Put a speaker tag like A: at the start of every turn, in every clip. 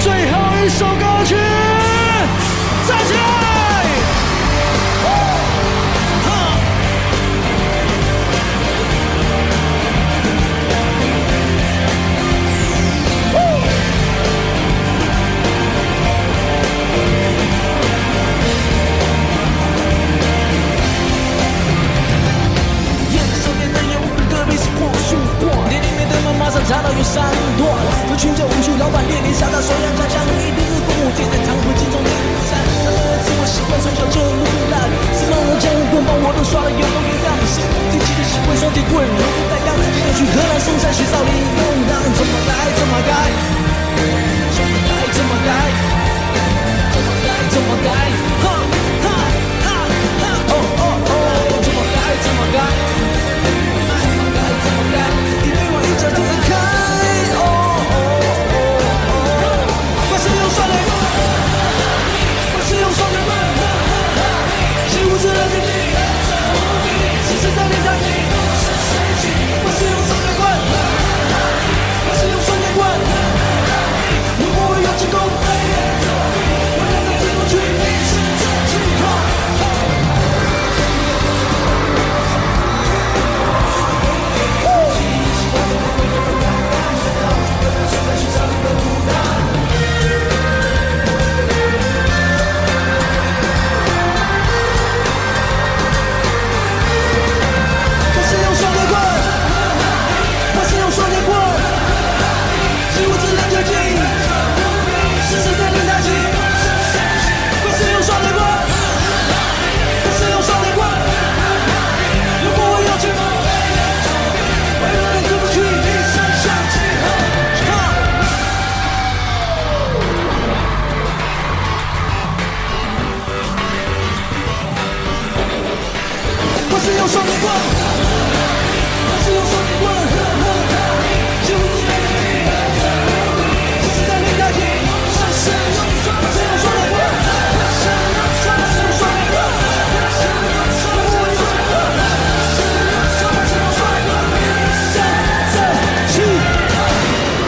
A: 最后一首歌曲，再见。
B: 眼少年的烟雾，胳膊是火树过，店里面的门马上查到有三段，有群叫无数，老板列宁傻大手要家乡，一边是父母节在长河镜中的雨伞，那么是我习惯从小就路烂，什么人将棍棒我都刷了有容易让心，近期的习惯双截棍容易带刚，也去河南嵩山学少林弄堂，怎么来怎么改，怎么来怎么改，怎么来怎么改，哈哈哈哈，哦哦哦，怎么改怎么改。你对我一脚踢开，哦哦哦，我是用双腿，我是用双腿，是无知的自己，是谁在虐待你？我是用双截棍，我是用双截棍，如果我有成功，我让他进不去，你是真情话。我是用双截棍，我是用双截棍，是无知的绝境，是谁在虐待你？我是用双截棍，我是用双截棍，如果我有去，我永远出不去，一身香气。我是用双截棍。我是用双截棍，是无知的你，是时代的代替。我是用双截棍，我是用双截棍，我是用双截棍，我是用双截棍，三三七。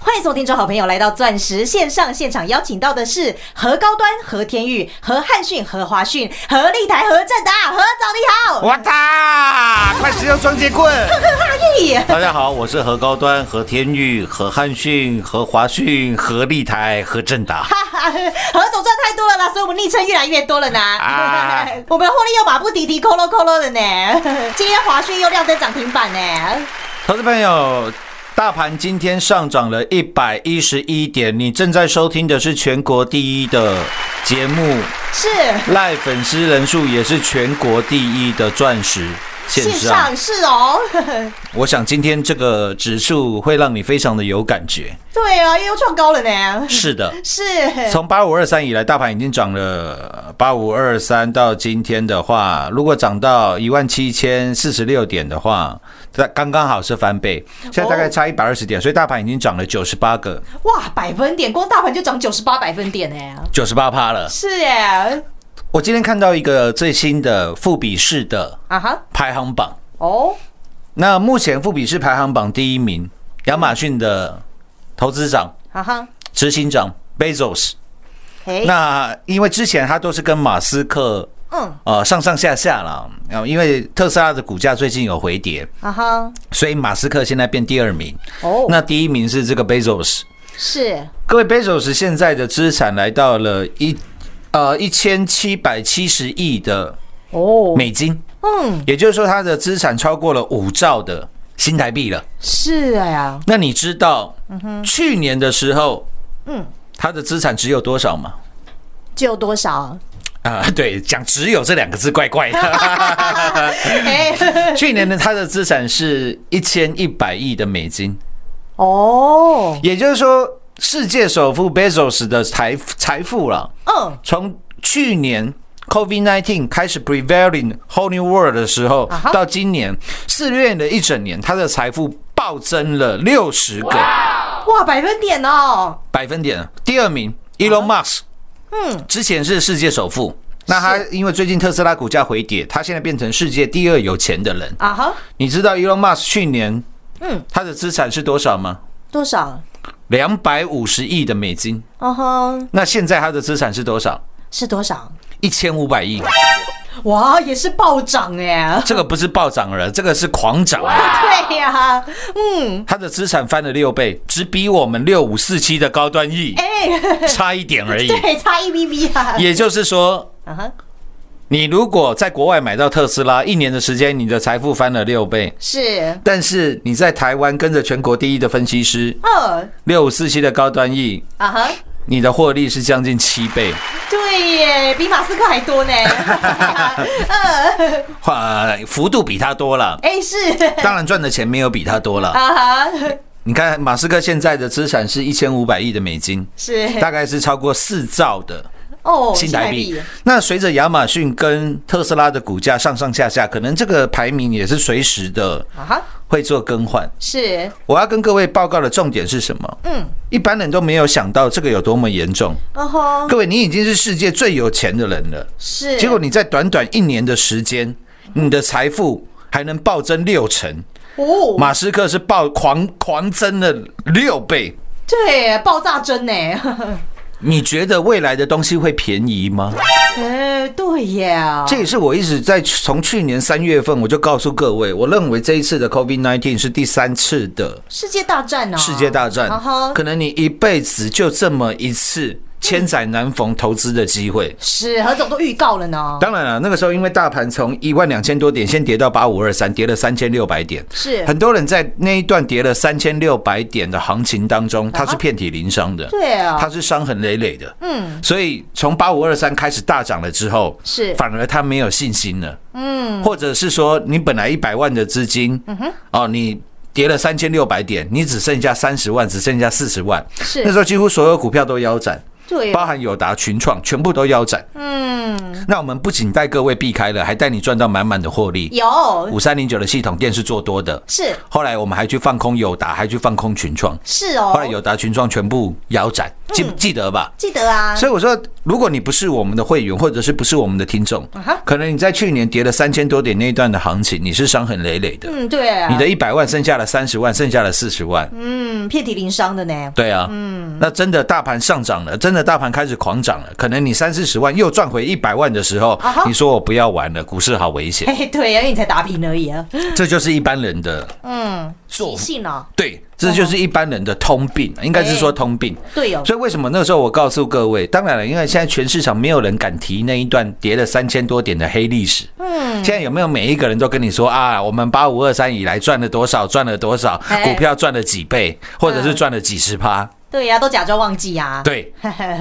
C: 欢迎收听，众好朋友来到钻石线上现场，邀请到的是何高端、何天玉、何汉逊、何华逊、何立台、何正达、何早你好，
D: 我打，快使用双截棍！
C: 大意。
D: 大家好，我是何高端、何天玉、何汉逊、何华逊、何立台、何正 达。
C: 哈哈 何总赚太多了啦，所以我们昵称越来越多了呢。
D: 啊
C: 我们获利又马不停蹄，扣喽扣喽 的呢。今天华讯又亮灯涨停板呢。
D: 投资朋友，大盘今天上涨了一百一十一点，你正在收听的是全国第一的节目，
C: 是
D: 赖粉丝人数也是全国第一的钻石线上。
C: 上是哦，
D: 我想今天这个指数会让你非常的有感觉。
C: 对啊，又创高了呢。
D: 是的。
C: 是
D: 从八五二三以来，大盘已经涨了八五二三到今天的话，如果涨到一万七千四十六点的话，它刚刚好是翻倍，现在大概差一百二十点，所以大盘已经涨了九十八个
C: 哇，百分点，光大盘就涨九十八百分点呢。
D: 九十八趴了。
C: 是耶，
D: 我今天看到一个最新的富比士的
C: 啊哈，
D: 排行榜，
C: 哦，
D: 那目前富比士排行榜第一名，亚马逊的投资长
C: 啊哈，
D: 执行长 Bezos。
E: 哎，
D: 那因为之前他都是跟马斯克
E: 嗯，
D: 呃上上下下啦，啊、因为特斯拉的股价最近有回跌，
E: 啊哈，
D: 所以马斯克现在变第二名。
E: 哦，
D: 那第一名是这个 Bezos。
E: 是
D: 各位，Bezos 现在的资产来到了一呃一千七百七十亿的
E: 哦，
D: 美金，
E: 嗯，
D: 也就是说他的资产超过了五兆的新台币了。
E: 是
C: 啊
E: 呀，
D: 那你知道去年的时候，嗯，他的资产只有多少吗？
E: 就多少？
D: 啊、 对，讲只有这两个字怪怪的。
E: 哎，
D: 去年呢，他的资产是一千一百亿的美金，
E: 哦，
D: 也就是说，世界首富 Bezos 的财财富了，
E: 嗯，
D: 从去年 COVID-19 开始 prevailing whole new world 的时候
E: 啊哈，
D: 到今年四月的一整年，他的财富暴增了六十个
E: 哇，百分点哦，
D: 百分点。第二名 Elon
E: 啊
D: Musk，嗯，之前是世界首富。那他因为最近特斯拉股价回跌，他现在变成世界第二有钱的人。
E: 啊哈，
D: 你知道 Elon Musk 去年，
E: 嗯
D: 嗯，他的资产是多少吗？
E: 多少？
D: 两百五十亿的美金。
C: 啊
E: 哦哼，
D: 那现在他的资产是多少？
E: 是多少？
D: 一千五百亿。
C: 哇，也是暴涨哎，
D: 这个不是暴涨了，这个是狂涨。
C: 对呀，
D: 他的资产翻了六倍，只比我们六五四七的高端 E
C: 哎，
D: 差一点而已。
C: 对，差一 B B 啊，
D: 也就是说，
C: 啊哈，
D: 你如果在国外买到特斯拉，一年的时间你的财富翻了六倍，
C: 是，
D: 但是你在台湾跟着全国第一的分析师
C: 嗯，
D: 六五四七的高端 E，
C: 啊哈，
D: 你的获利是将近七倍。
C: 对耶，比马斯克还多呢，嗯，
D: 呃，幅度比他多了，
C: 哎是，
D: 当然赚的钱没有比他多了。
C: 啊哈，
D: 你看马斯克现在的资产是一千五百亿的美金，
C: 是，
D: 大概是超过四兆的
C: 哦，
D: 新台币。那随着亚马逊跟特斯拉的股价上上下下，可能这个排名也是随时的
C: 啊哈，
D: 会做更换。
C: 是，
D: 我要跟各位报告的重点是什么？
C: 嗯，
D: 一般人都没有想到这个有多么严重。
C: 哦吼，
D: 各位，你已经是世界最有钱的人了，
C: 是，
D: 结果你在短短一年的时间，你的财富还能暴增六成。
C: 哦，
D: 马斯克是暴狂狂增了六倍。
C: 对，爆炸 针呢，
D: 你觉得未来的东西会便宜吗？
C: 哎，对耶，
D: 这也是我一直在从去年三月份我就告诉各位，我认为这一次的 COVID-19 是第三次的
C: 世界大战哦，
D: 世界大战
C: 啊哈，，
D: 可能你一辈子就这么一次，千载难逢投资的机会。
C: 是，何总都预告了呢，
D: 当然了，那个时候因为大盘从一万两千多点先跌到八五二三，跌了三千六百点，
C: 是
D: 很多人在那一段跌了三千六百点的行情当中，它是遍体鳞伤的。
C: 对啊，
D: 它是伤痕累累的，嗯，所以从八五二三开始大涨了之后，
C: 是
D: 反而他没有信心了，嗯，或者是说你本来一百万的资金，嗯哼，哦，你跌了三千六百点，你只剩下三十万，只剩下四十万，
C: 是
D: 那时候几乎所有股票都腰斩，
C: 对哦
D: 包含友达、群创全部都腰斩，嗯，那我们不仅带各位避开了，还带你赚到满满的获利。
C: 有
D: 五三零九的系统店是做多的，
C: 是
D: 后来我们还去放空友达，还去放空群创，
C: 是哦，
D: 后来友达群创全部腰斩，记记得吧？
C: 记得嗯啊，
D: 所以我说，如果你不是我们的会员，或者是不是我们的听众
C: 嗯啊哈，
D: 可能你在去年跌了三千多点那一段的行情，你是伤痕累累的，
C: 嗯，对啊，
D: 你的一百万剩下了三十万，剩下了四十万，
C: 嗯遍体鳞伤的呢，
D: 对啊，那真的大盘上涨了，真的大盘开始狂涨了，可能你三四十万又赚回一百万的时候
C: 啊哈，
D: 你说我不要玩了，股市好危险，
C: 嘿，对啊，因为你才打平而已啊，
D: 这就是一般人的
C: 嗯，
D: 做
C: 急性哦，
D: 对，这就是一般人的通病，应该是说通病。
C: 对哦，
D: 所以为什么那时候我告诉各位？当然了，因为现在全市场没有人敢提那一段跌了三千多点的黑历史。嗯，现在有没有每一个人都跟你说啊，我们八五二三以来赚了多少，赚了多少，
C: 哎
D: 股票赚了几倍，或者是赚了几十趴？
C: 对呀，都假装忘记啊，
D: 对，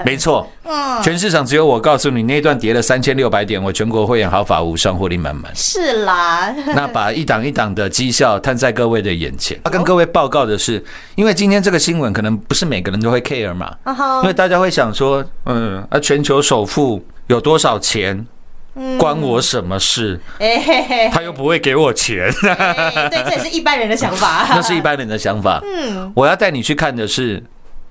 D: 没错。嗯，全市场只有我告诉你，那一段跌了三千六百点，我全国会员毫发无伤，获利满 满。
C: 是啦，
D: 那把一档一档的绩效摊在各位的眼前。要跟各位报告的是，因为今天这个新闻可能不是每个人都会 care 嘛，
C: 啊哈
D: 因为大家会想说，嗯，啊，全球首富有多少钱？关我什么事？
C: 嗯哎嘿嘿，
D: 他又不会给 我钱，
C: 哎对，这也是一般人的想法，
D: 那是一般人的想法。
C: 嗯，
D: 我要带你去看的是，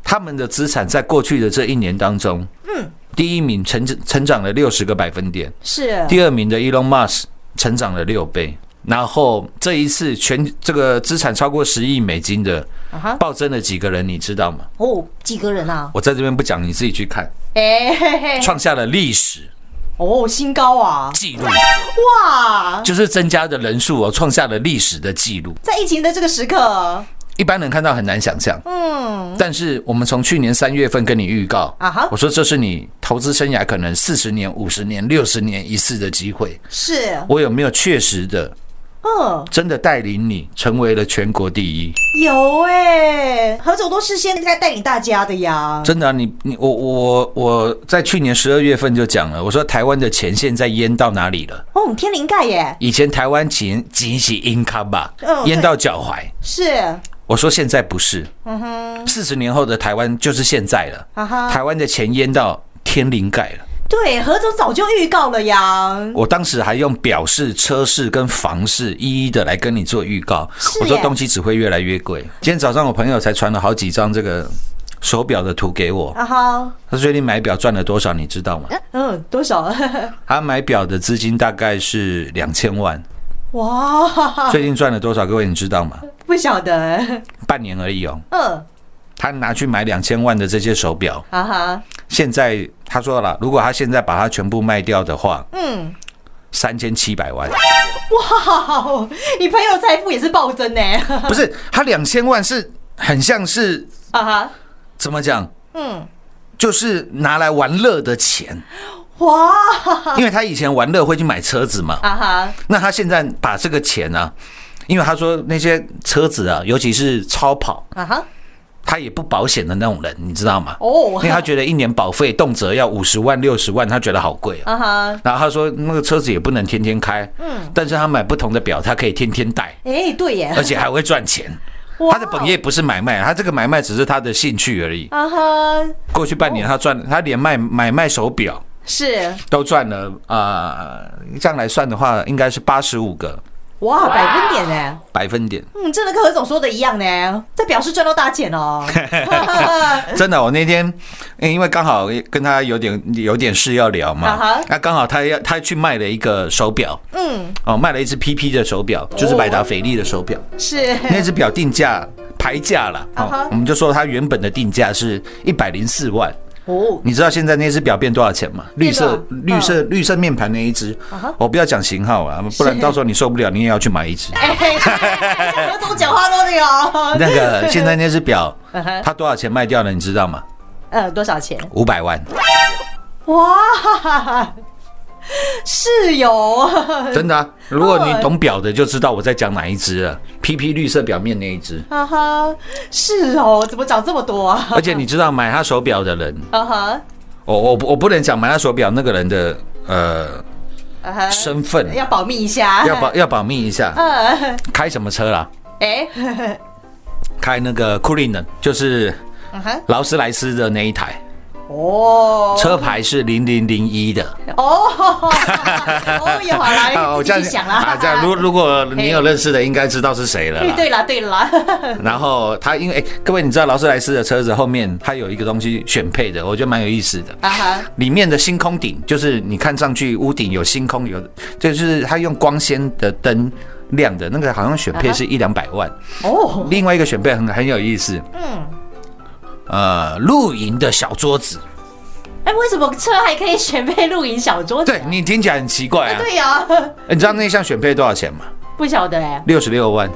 D: 他们的资产在过去的这一年当中，嗯，第一名成成长了六十个百分点，
C: 是
D: 第二名的 Elon Musk 成长了六倍，然后这一次全这个资产超过十亿美金的
C: 啊哈，
D: 暴增了几个人，你知道吗？
C: 哦，几个人啊？
D: 我在这边不讲，你自己去看，
C: 哎、嘿嘿，
D: 创下了历史
C: 哦，新高啊！
D: 记录，
C: 哇，
D: 就是增加的人数哦，创下了历史的记录。
C: 在疫情的这个时刻，
D: 一般人看到很难想象，
C: 嗯，
D: 但是我们从去年三月份跟你预告
C: 啊哈
D: 我说这是你投资生涯可能四十年、五十年、六十年一次的机会，
C: 是，
D: 我有没有确实的
C: 嗯，
D: 真的带领你成为了全国第一？
C: 有哎、何总都事先在带领大家的呀。
D: 真的啊、你你我我我在去年十二月份就讲了，我说台湾的钱现在淹到哪里了？
C: 哦，天灵盖耶，
D: 以前台湾钱仅是 income 吧
C: 嗯，对
D: 淹到脚踝。
C: 是，
D: 我说现在不是，四十年后的台湾就是现在
C: 啊
D: 了，
C: 哈
D: 台湾的钱淹到天灵盖了。
C: 对，何总早就预告了呀。
D: 我当时还用表示、车市跟房市一一的来跟你做预告
C: 是，
D: 我说
C: 耶
D: 东西只会越来越贵。今天早上我朋友才传了好几张这个手表的图给我，
C: 啊哈，
D: 他最近买表赚了多少，你知道吗？
C: 嗯，多少？
D: 他买表的资金大概是两千万，
C: 哇，
D: 最近赚了多少？各位你知道吗？
C: 不晓得。
D: 半年而已哦。
C: 嗯，
D: 他拿去买两千万的这些手表，
C: 啊哈，
D: 现在他说了，如果他现在把它全部卖掉的话，
C: 嗯，
D: 三千七百万，
C: 哇，你朋友财富也是暴增呢。
D: 不是他两千万是很像是
C: 啊哈，
D: 怎么讲？
C: 嗯，
D: 就是拿来玩乐的钱，
C: 哇，
D: 因为他以前玩乐会去买车子嘛，
C: 啊哈，
D: 那他现在把这个钱呢、啊，因为他说那些车子啊，尤其是超跑，
C: 啊哈，
D: 他也不保险的那种人，你知道吗？
C: 哦
D: 因，为他觉得一年保费动辄要五十万六十万，他觉得好贵哦。
C: 啊哈，
D: 然后他说那个车子也不能天天开，嗯，但是他买不同的表，他可以天天 戴，
C: 哎，对耶，
D: 而且还会赚钱。
C: 哇
D: 他的本业不是买卖，他这个买卖只是他的兴趣而已。
C: 啊哈，
D: 过去半年他赚，他连卖买卖手表
C: 是，
D: 都赚了啊、呃，这样来算的话，应该是八十五个
C: 哇，百分点呢。
D: 百 分点。
C: 嗯，真的跟何总说的一样呢，这表示赚到大钱哦。
D: 真的，我那天诶因为刚好跟他有点有点事要聊
C: 啊
D: 嘛
C: 哈，
D: 那刚好他要他去卖了一个手表，
C: 嗯，哦
D: 哦，卖了一只 PP 的手表，就是百达翡丽的手表，
C: 是，
D: 那只表定价牌价了，
C: 啊哈
D: 哦，我们就说它原本的定价是一百零四万。
C: 哦，
D: 你知道现在那只表变多少钱吗？绿
C: 变多少嗯啊
D: 色绿色绿色面盘那一只
C: 哈，
D: 我不要讲型号啊，不然到时候你受不了，你也要去买 一只。
C: 哎嘿嘿何总讲话都有。
D: 那个现在那 只表
C: 嗯哼，
D: 它多少钱卖掉了？你知道吗？
C: 呃，多少钱？
D: 五 百万，
C: 哇，是有，
D: 真的、啊。如果你懂表的，就知道我在讲哪一只了。PP 绿色表面那一只，
C: 哈哈，是哦，怎么涨这么多啊？
D: 而且你知道买他手表的人，
C: 啊哈，
D: 我我不我不能讲买他手表那个人的呃
C: 啊哈，
D: 身份，
C: 要保密一下，
D: 要保要保密一下。
C: 呃，
D: 开什么车啦？
C: 哎，
D: 开那个库利能，就是
C: 啊哈，
D: 劳斯莱斯的那一台，
C: 哦，
D: 车牌是零零零一的。
C: 哦， 哦，有好 啦，
D: 我
C: 你自己去想啦，
D: 这样，如如果你有认识的，应该知道是谁了
C: 哎，
D: 啦。
C: 对啦，对 啦，
D: 然后他因为、哎，各位你知道劳斯莱斯的车子后面它有一个东西选配的，我觉得蛮有意思的。
C: 啊哈，
D: 里面的星空顶就是你看上去屋顶有星空，有就是它用光纤的灯亮的那个，好像选
C: 啊
D: 配是一两百万。
C: 哦，
D: 另外一个选配很很有意思，
C: 嗯，
D: 呃，露营的小桌子，
C: 哎，为什么车还可以选配露营小桌子？啊
D: 对你听起来很奇怪啊。
C: 哦对呀，
D: 你知道那项选配多少钱吗？
C: 不晓得哎，
D: 六十六万，
C: 一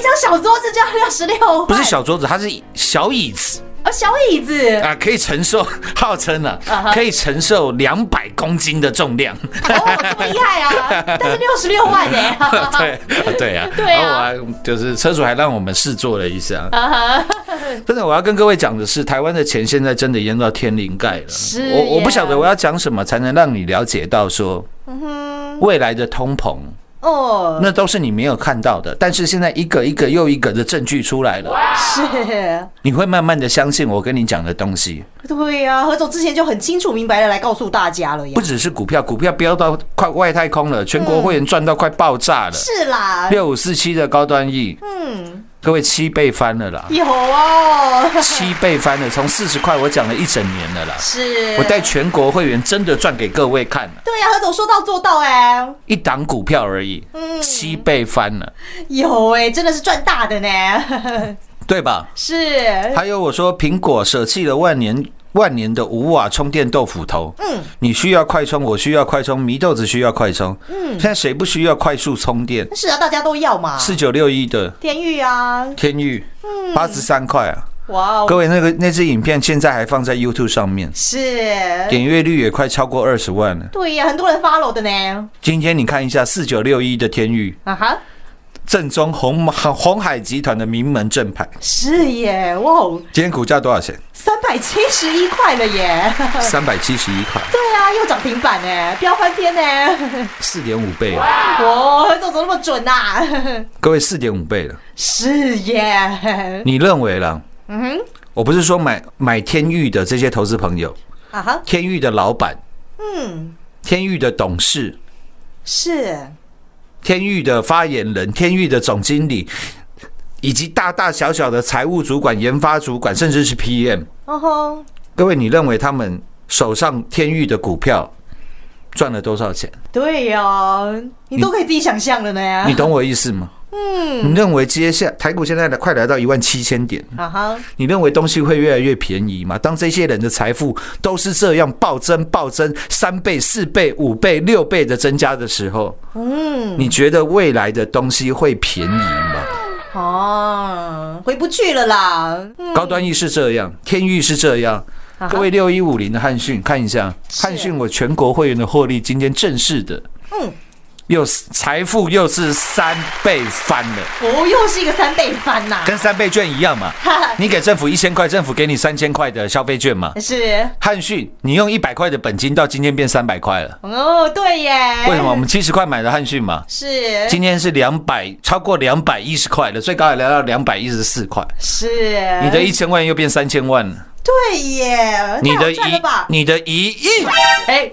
C: 张小桌子就要六十六，
D: 不是小桌子，它是小椅子。
C: 哦，小椅 子，
D: 啊，可以承受，号称啊
C: 啊哈，
D: 可以承受两百公斤的 重量。
C: 哦，这么厉害 啊！但是六十六万哎呢、
D: 对啊对啊，
C: 对啊
D: 然后我还就是车主还让我们试坐了一下。
C: 啊哈，
D: 真的，我要跟各位讲的是，台湾的钱现在真的淹到天灵盖了。
C: 是
D: 我我
C: 耶
D: 不晓得我要讲什么才能让你了解到说，
C: 嗯
D: 未来的通膨，
C: 哦，
D: 那都是你没有看到的。但是现在一个一个又一个的证据出来了，
C: 是，
D: 你会慢慢的相信我跟你讲的东西。
C: 对呀、何总之前就很清楚明白的来告诉大家了呀
D: 不，只是股票，股票飙到快外太空了，全国会员赚到快爆炸了。
C: 是啦，
D: 六五四七的高端 E，
C: 嗯，，
D: 各位七倍翻了啦
C: 有哦，
D: 七倍翻了，从四十块我讲了一整年了啦。
C: 是
D: 我带全国会员真的赚给各位看了，
C: 对呀、何总说到做到哎、
D: 一档股票而已，七倍翻了，
C: 有哎、真的是赚大的呢，
D: 对吧？
C: 是
D: 还有我说苹果舍弃了万年万年的五瓦充电豆腐头，
C: 嗯，
D: 你需要快充，我需要快充，迷豆子需要快充，嗯，现在谁不需要快速充电？
C: 是啊，大家都要嘛，
D: 四九六一的
C: 天域啊，
D: 天域，八十三块啊！
C: 哇嗯哦，
D: 各位，那个那支影片现在还放在 YouTube 上面，
C: 是，
D: 点阅率也快超过二十万了。
C: 对呀、很多人 follow 的呢，
D: 今天你看一下四九六一的天域，
C: 啊哈，
D: 正宗红红海集团的名门正牌，
C: 是耶，哇哦，
D: 今天股价多少钱？
C: 三百七十一块了耶，
D: 三百七十一块，
C: 对啊，又涨停板哎，飙翻天呢，
D: 四点五倍了，啊
C: 哇，何总怎么那么准呐、啊？
D: 各位四点五倍了。
C: 是 耶，
D: 你认为啦？
C: 嗯哼，
D: 我不是说买买天域的这些投资朋友，
C: 啊哈，
D: 天域的老板、
C: 嗯，
D: 天域的董事、
C: 是，
D: 天域的发言人、天域的总经理，以及大大小小的财务主管、研发主管，甚至是 PM，
C: 哦吼，
D: 各位，你认为他们手上天域的股票赚了多少钱？
C: 对呀、你都可以自己想象了呢，
D: 你懂我意思吗？嗯，你认为接下台股现在的快来到一万七千点，
C: 啊哈，
D: 你认为东西会越来越便宜吗？当这些人的财富都是这样暴增、暴增三倍、四倍、五倍、六倍的增加的时候，嗯，你觉得未来的东西会便宜吗？
C: 哦，回不去了啦，嗯
D: 高端域是这样，天域是这样。
C: 哈
D: 各位六一五零的汉讯看一下，汉讯我全国会员的获利今天正式的，
C: 嗯
D: 嗯，又是财富又是三倍翻了，
C: 哦，又是一个三倍翻呐、
D: 跟三倍券一样嘛。你给政府一千块，政府给你三千块的消费券嘛。
C: 是，
D: 汉讯，你用一百块的本金到今天变三百块了，
C: 哦，对耶，
D: 为什么？我们七十块买的汉讯嘛，
C: 是
D: 今天是两百，超过两百一十块了，最高也来到两百一十四块。
C: 是，
D: 你的一千万又变三千万了，
C: 对耶，
D: 你
C: 太好
D: 的一
C: 赚了吧？
D: 你的一亿
C: 哎，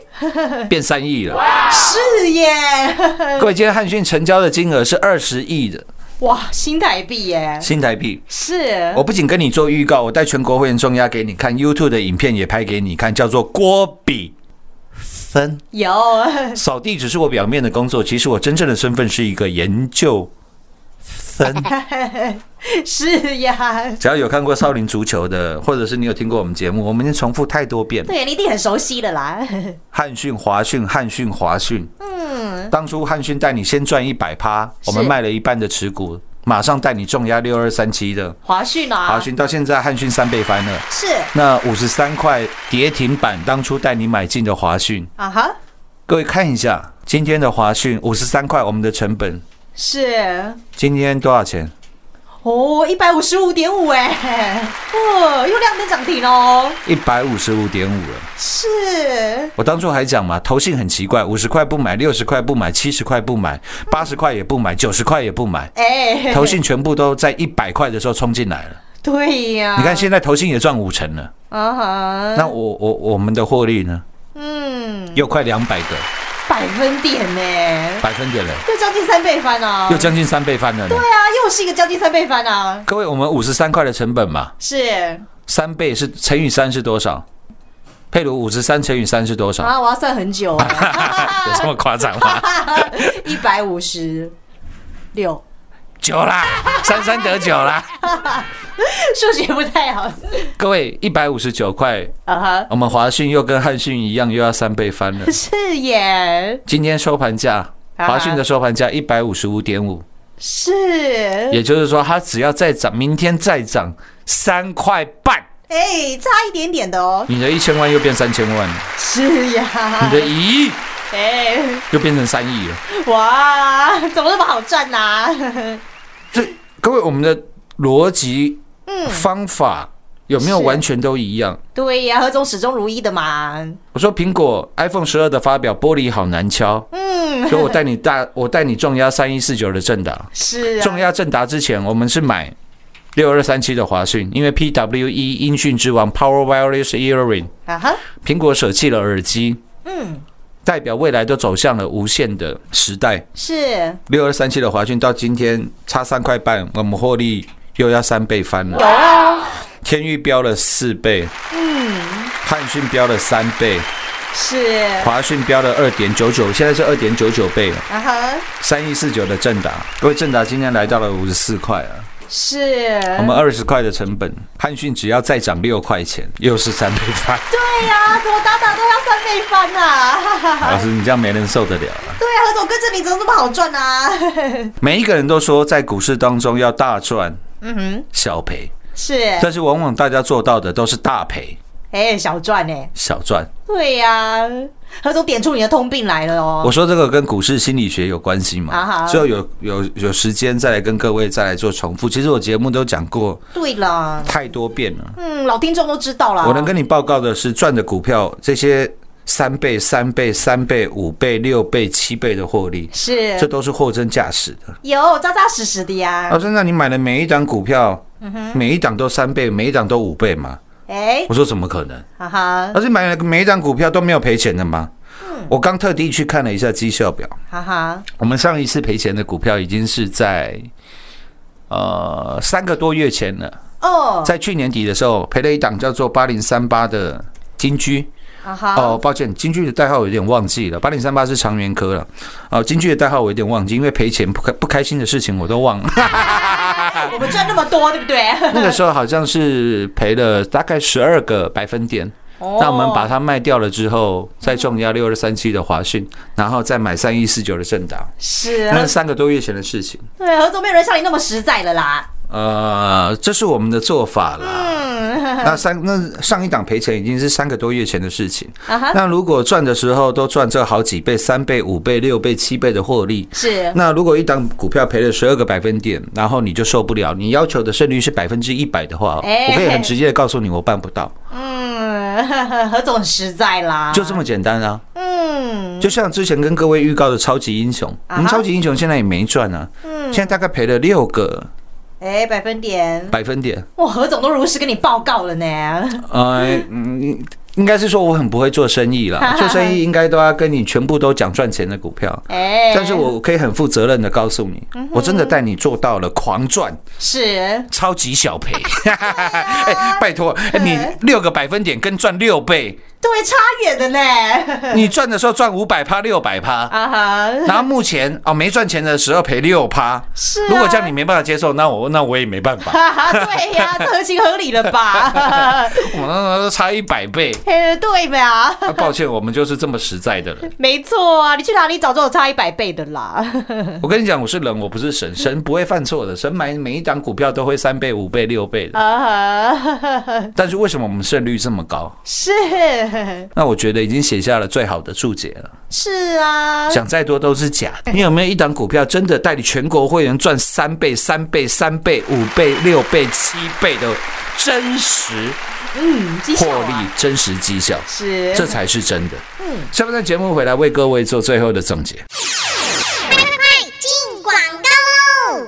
D: 变三亿了。
C: 是耶，
D: 各位，今天汉讯成交的金额是二十亿的
C: 哇，新台币耶，
D: 新台币。
C: 是
D: 我不仅跟你做预告，我带全国会员重压给你看，YouTube 的影片也拍给你看，叫做郭比分。
C: 有，
D: 扫地只是我表面的工作，其实我真正的身份是一个研究分。
C: 是呀，
D: 只要有看过少林足球的，或者是你有听过我们节目，我们已经重复太多遍了。
C: 对，你一定很熟悉的啦，
D: 汉讯、华讯、汉讯、华讯。嗯，当初汉讯带你先赚一百趴，我们
C: 是
D: 卖了一半的持股，马上带你重压六二三七的。
C: 华讯啊，
D: 华讯到现在汉讯三倍翻了。
C: 是
D: 那五十三块跌停板，当初带你买进的华讯，
C: 啊哈，
D: 各位看一下今天的华讯五十三块，我们的成本
C: 是。
D: 今天多少钱？
C: 哦，一百五十五点五哎，哦，又亮灯涨停哦，
D: 一百五十五点五了。
C: 是
D: 我当初还讲嘛，投信很奇怪，五十块不买，六十块不买，七十块不买，八十块也不买，九十块也不买，
C: 哎，
D: 投信全部都在一百块的时候冲进来了。
C: 对呀，
D: 你看现在投信也赚五成了，
C: 啊哈，
D: 那我我我们的获利呢，
C: 嗯，
D: 又快两百个
C: 百分点呢，
D: 百分点了，
C: 又将近三倍翻啊，
D: 又将近三倍翻了呢。
C: 对啊，又是一个将近三倍翻啊，
D: 各位，我们五十三块的成本嘛，啊
C: 是
D: 三倍是乘以三是多少？佩鲁五十三乘以三是多少？
C: 啊，我要算很久啊，
D: 有这么夸张吗？
C: 一百五十六，
D: 九啦，三三得九啦。
C: 数学不太好
D: 各位，一百五十九块，
C: 啊哈，。
D: 我们华讯又跟汉讯一样，又要三倍翻了
C: 是耶，
D: 今天收盘价，
C: 啊
D: 华讯的收盘价一百五十五点五，
C: 是，
D: 也就是说，它只要再涨，明天再涨三块半，
C: 哎，差一点点的哦，
D: 你的一千万又变三千万，
C: 是呀
D: 你，的一亿
C: 哎。
D: 又变成三亿了。
C: 哇，怎么那么好赚啊呐、
D: 这各位，我们的逻辑、
C: 嗯
D: 方法有没有
C: 是
D: 完全都一样？
C: 对呀、何总始终如一的嘛。
D: 我说苹果 iPhone 十二的发表玻璃好难敲，
C: 嗯，
D: 所以我带你大，我带你重压三一四九的正达。
C: 是
D: 重
C: 啊，
D: 压正达之前，我们是买六二三七的华讯，因为 PWE 音讯之王 Power Wireless Earring，
C: 啊哈，
D: 苹果舍弃了耳机，
C: 嗯，
D: 代表未来都走向了无线的时代。
C: 是
D: 六二三七的华讯到今天差三块半，我们获利又要三倍翻了。
C: 啊
D: 天域标了四倍，嗯，汉讯标了三倍，
C: 是，
D: 华讯标了二点九九，现在是二点九九倍了。
C: 啊哈，
D: 三一四九的正达，各位正达今天来到了五十四块啊，
C: 是，
D: 我们二十块的成本，汉讯只要再涨六块钱，又是三倍翻。
C: 对呀、怎么打打都要三倍翻啊！ 哈哈哈
D: 老师，你这样没人受得了啊！
C: 对啊，何总跟着你怎么这么好赚啊？
D: 每一个人都说在股市当中要大赚
C: 嗯哼，
D: 小赔，
C: 是，
D: 但是往往大家做到的都是大赔
C: 哎、小赚哎、
D: 小赚。
C: 对呀、何总点出你的通病来了
D: 我
C: 哦。
D: 说这个跟股市心理学有关系
C: 啊
D: 嘛？
C: 哈
D: 之后有有有时间再来跟各位再来做重复。其实我节目都讲过
C: 对了，
D: 太多遍了。
C: 嗯，老听众都知道了。
D: 我能跟你报告的是，赚的股票这些三倍、三倍、三倍、五倍、六倍、七倍的获利，
C: 是
D: 这都是货真价实的。
C: 有扎扎实实的呀
D: 啊老。师，那你买的每一档股票，
C: 嗯
D: 每一档都三倍，每一档都五倍吗？
C: 哎、
D: 我说怎么可能？
C: 哈哈
D: 而且买了每一张股票都没有赔钱的吗？
C: 嗯
D: 我刚特地去看了一下绩效表，
C: 哈啊哈，
D: 我们上一次赔钱的股票已经是在呃三个多月前了，
C: 哦，
D: 在去年底的时候赔了一档叫做八零三八的金居。
C: 啊哈，
D: 哦，抱歉，金居的代号我有点忘记了，八零三八是长源科了。哦，金居的代号我有点忘记，因为赔钱不开不开心的事情我都忘了。
C: 我们赚那么多，对 不对？
D: 那个时候好像是赔了大概十二个百分点。
C: 哦
D: 那我们把它卖掉了之后，再重压六二三七的华讯，然后再买三一四九的正达，
C: 是啊
D: 那是三个多月前的事情。
C: 对何总没有人像你那么实在了啦。
D: 呃，这是我们的做法啦。
C: 嗯
D: 那三那上一档赔钱已经是三个多月前的事情。
C: 啊哈，
D: 那如果赚的时候都赚这好几倍、三倍、五倍、六倍、七倍的获利，
C: 是
D: 那如果一档股票赔了十二个百分点，然后你就受不了，你要求的胜率是百分之一百的话，
C: 哎
D: 我可以很直接的告诉你，我办不到，
C: 嗯， 何总很实在啦。
D: 就这么简单啊！
C: 嗯，啊
D: 就像之前跟各位预告的超级英雄，我们超级英雄现在也没赚啊，
C: 嗯
D: 现在大概赔了六个
C: 哎、百分点，
D: 百 分点，
C: 哇，何总都如实跟你报告了呢。
D: 呃，嗯。应该是说我很不会做生 意啦，做生意应该都要跟你全部都讲赚钱的股票，
C: 哎、嗯
D: 但是我可以很负责任的告诉你，我真的带你做到了狂赚，
C: 是
D: 超级小赔。
C: 啊
D: 哎，拜托，哎你六个百分点跟赚六倍，
C: 对差远的呢。
D: 你赚的时候赚五百趴、六百趴，
C: 啊哈，
D: 然后目前哦没赚钱的时候赔六趴。
C: 是啊
D: 如果这样你没办法接受，那我那我也没办法，
C: 哈哈， 对呀、这合情合理了吧？
D: 我那那差一百倍。
C: 嘿对吧？
D: 那抱歉，我们就是这么实在的 人。
C: 没错啊，你去哪里找这种差一百倍的啦？
D: 我跟你讲，我是人，我不是神，
C: 嗯
D: 神不会犯错的，神买每一档股票都会三倍、五倍、六倍的。
C: 啊哈，
D: 但是为什么我们胜率这么高？
C: 是
D: 那我觉得已经写下了最好的注解了。
C: 是啊，
D: 想再多都是假的。你有没有一档股票真的带你全国会员赚三倍、三倍、三倍、五倍、六倍、七倍的真实
C: 嗯，绩效
D: 获
C: 啊
D: 利、真实绩效？
C: 是
D: 这才是真的。嗯，下半段节目回来为各位做最后的总结。
E: 进广告喽！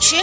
E: 全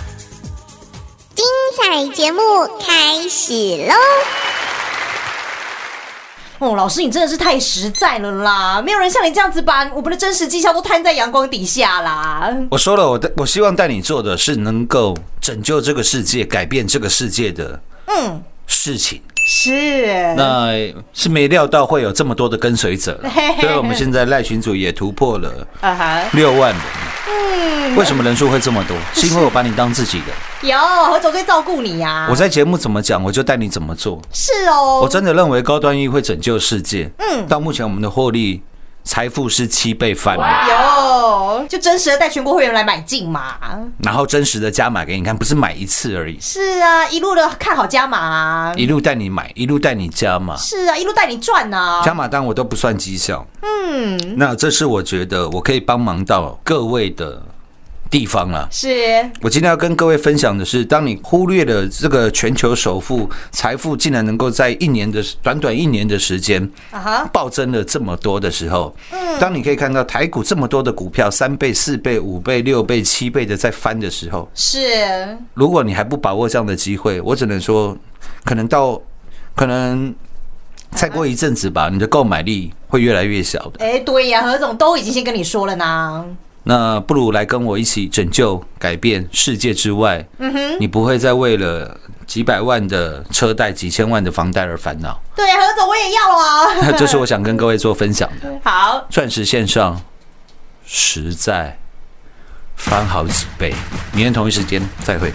E: 彩节目开始喽！
C: 哦，老师你真的是太实在了啦，没有人像你这样子把我们的真实绩效都摊在阳光底下啦。
D: 我说了，我带我希望带你做的是能够拯救这个世界、改变这个世界的
C: 嗯，
D: 事情。
C: 是，
D: 那是没料到 会有这么多的跟随者啦，
C: 嘿嘿嘿
D: 所以我们现在赖群主也突破了
C: 啊哈，
D: 六万人。
C: 嗯，
D: 为什么人数会这么多？是因为我把你当自己的。
C: 有何总最照顾你呀、
D: 我在节目怎么讲，我就带你怎么做。
C: 是啊哦，
D: 我真的认为高端医会拯救世界。
C: 嗯
D: 到目前我们的获利财富是七倍翻，
C: 有就真实的带全国会员来买进嘛。
D: 然后真实的加码给你看，不是买一次而已，
C: 是啊，一路的看好加码、啊，
D: 一路带你买，一路带你加码。
C: 是啊，一路带你赚啊。
D: 加码单我都不算绩效。嗯，那这是我觉得我可以帮忙到各位的地方了、
C: 是，
D: 我今天要跟各位分享的是，当你忽略了这个全球首富财富竟然能够在一年的短短一年的时间
C: 啊哈，
D: 暴增了这么多的时候，当你可以看到台股这么多的股票三倍、四倍、五倍、六倍、七倍的在翻的时候，
C: 是
D: 如果你还不把握这样的机会，我只能说，可能到可能再过一阵子吧，你的购买力会越来越小的。
C: 哎、对呀、何总都已经先跟你说了呢。
D: 那不如来跟我一起拯救、改变世界之外，你不会再为了几百万的车贷、几千万的房贷而烦恼。
C: 对呀、何总我也要啊。
D: 这是我想跟各位做分享的。
C: 好，
D: 钻石线上实在翻好几倍。明天同一时间再会。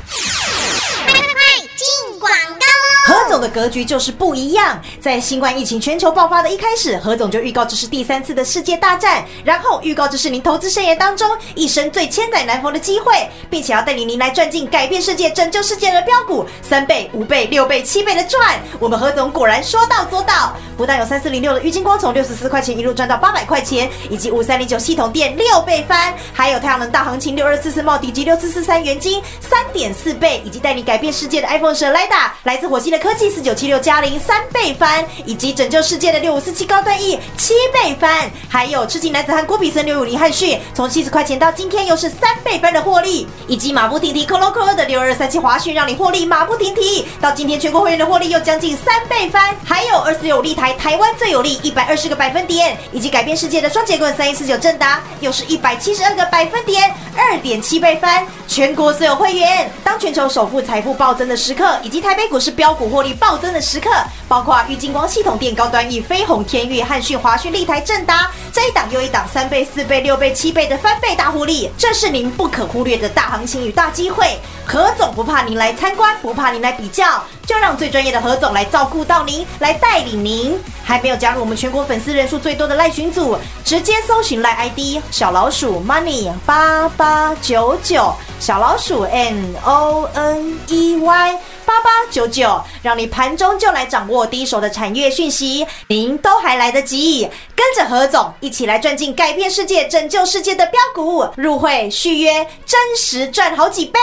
F: 进广告
C: 何总的格局就是不一样。在新冠疫情全球爆发的一开始，何总就预告这是第三次的世界大战，然后预告这是您投资生涯当中一生最千载难逢的机会，并且要带领您来赚进改变世界、拯救世界的标股，三倍、五倍、六倍、七倍的赚。我们何总果然说到做到，不但有三四零六的郁金光从六十四块钱一路赚到八百块钱，以及五三零九系统店六倍翻，还有太阳能大行情六二四四茂迪及六四四三元金三点四倍，以及带你改变世界的 iPhone 十 Lida，来自火星的科技四九七六加零三倍翻，以及拯救世界的六五四七高端 E 七倍翻，还有痴情男子汉郭比森六五零汉逊从七十块钱到今天又是三倍翻的获利，以及马不停蹄 Colo Colo 的六二三七华讯让你获利马不停蹄，到今天全国会员的获利又将近三倍翻，还有二四六力台台湾最有力一百二十个百分点，以及改变世界的双节棍三一四九正达又是一百七十二个百分点，二点七倍翻，全国所有会员。当全球首富财富暴增的时刻，以及台北股市标股获利暴增的时刻，包括郁金光系统店、高端 E、飞鸿天域、汉讯、华讯、立台、正达这一档又一档三倍、四倍、六倍、七倍的翻倍大获利，这是您不可忽略的大行情与大机会。何总不怕您来参观，不怕您来比较，就让最专业的何总来照顾到您，来带领您。还没有加入我们全国粉丝人数最多的赖群组，直接搜寻赖 ID 小老鼠 money 八八九九，小老鼠 n o n e y 八八九九，让你盘中就来掌握第一手的产业讯息，您都还来得及。跟着何总一起来赚进改变世界、拯救世界的标股，入会续约，真实赚好几倍。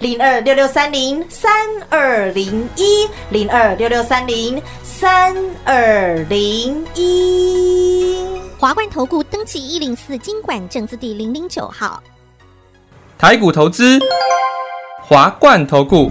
C: 零二六六三零三二零一，零二六六三零三二零一。
F: 华冠投顾登记一零四经管证字第零零九号。
G: 台股投资，华冠投顾。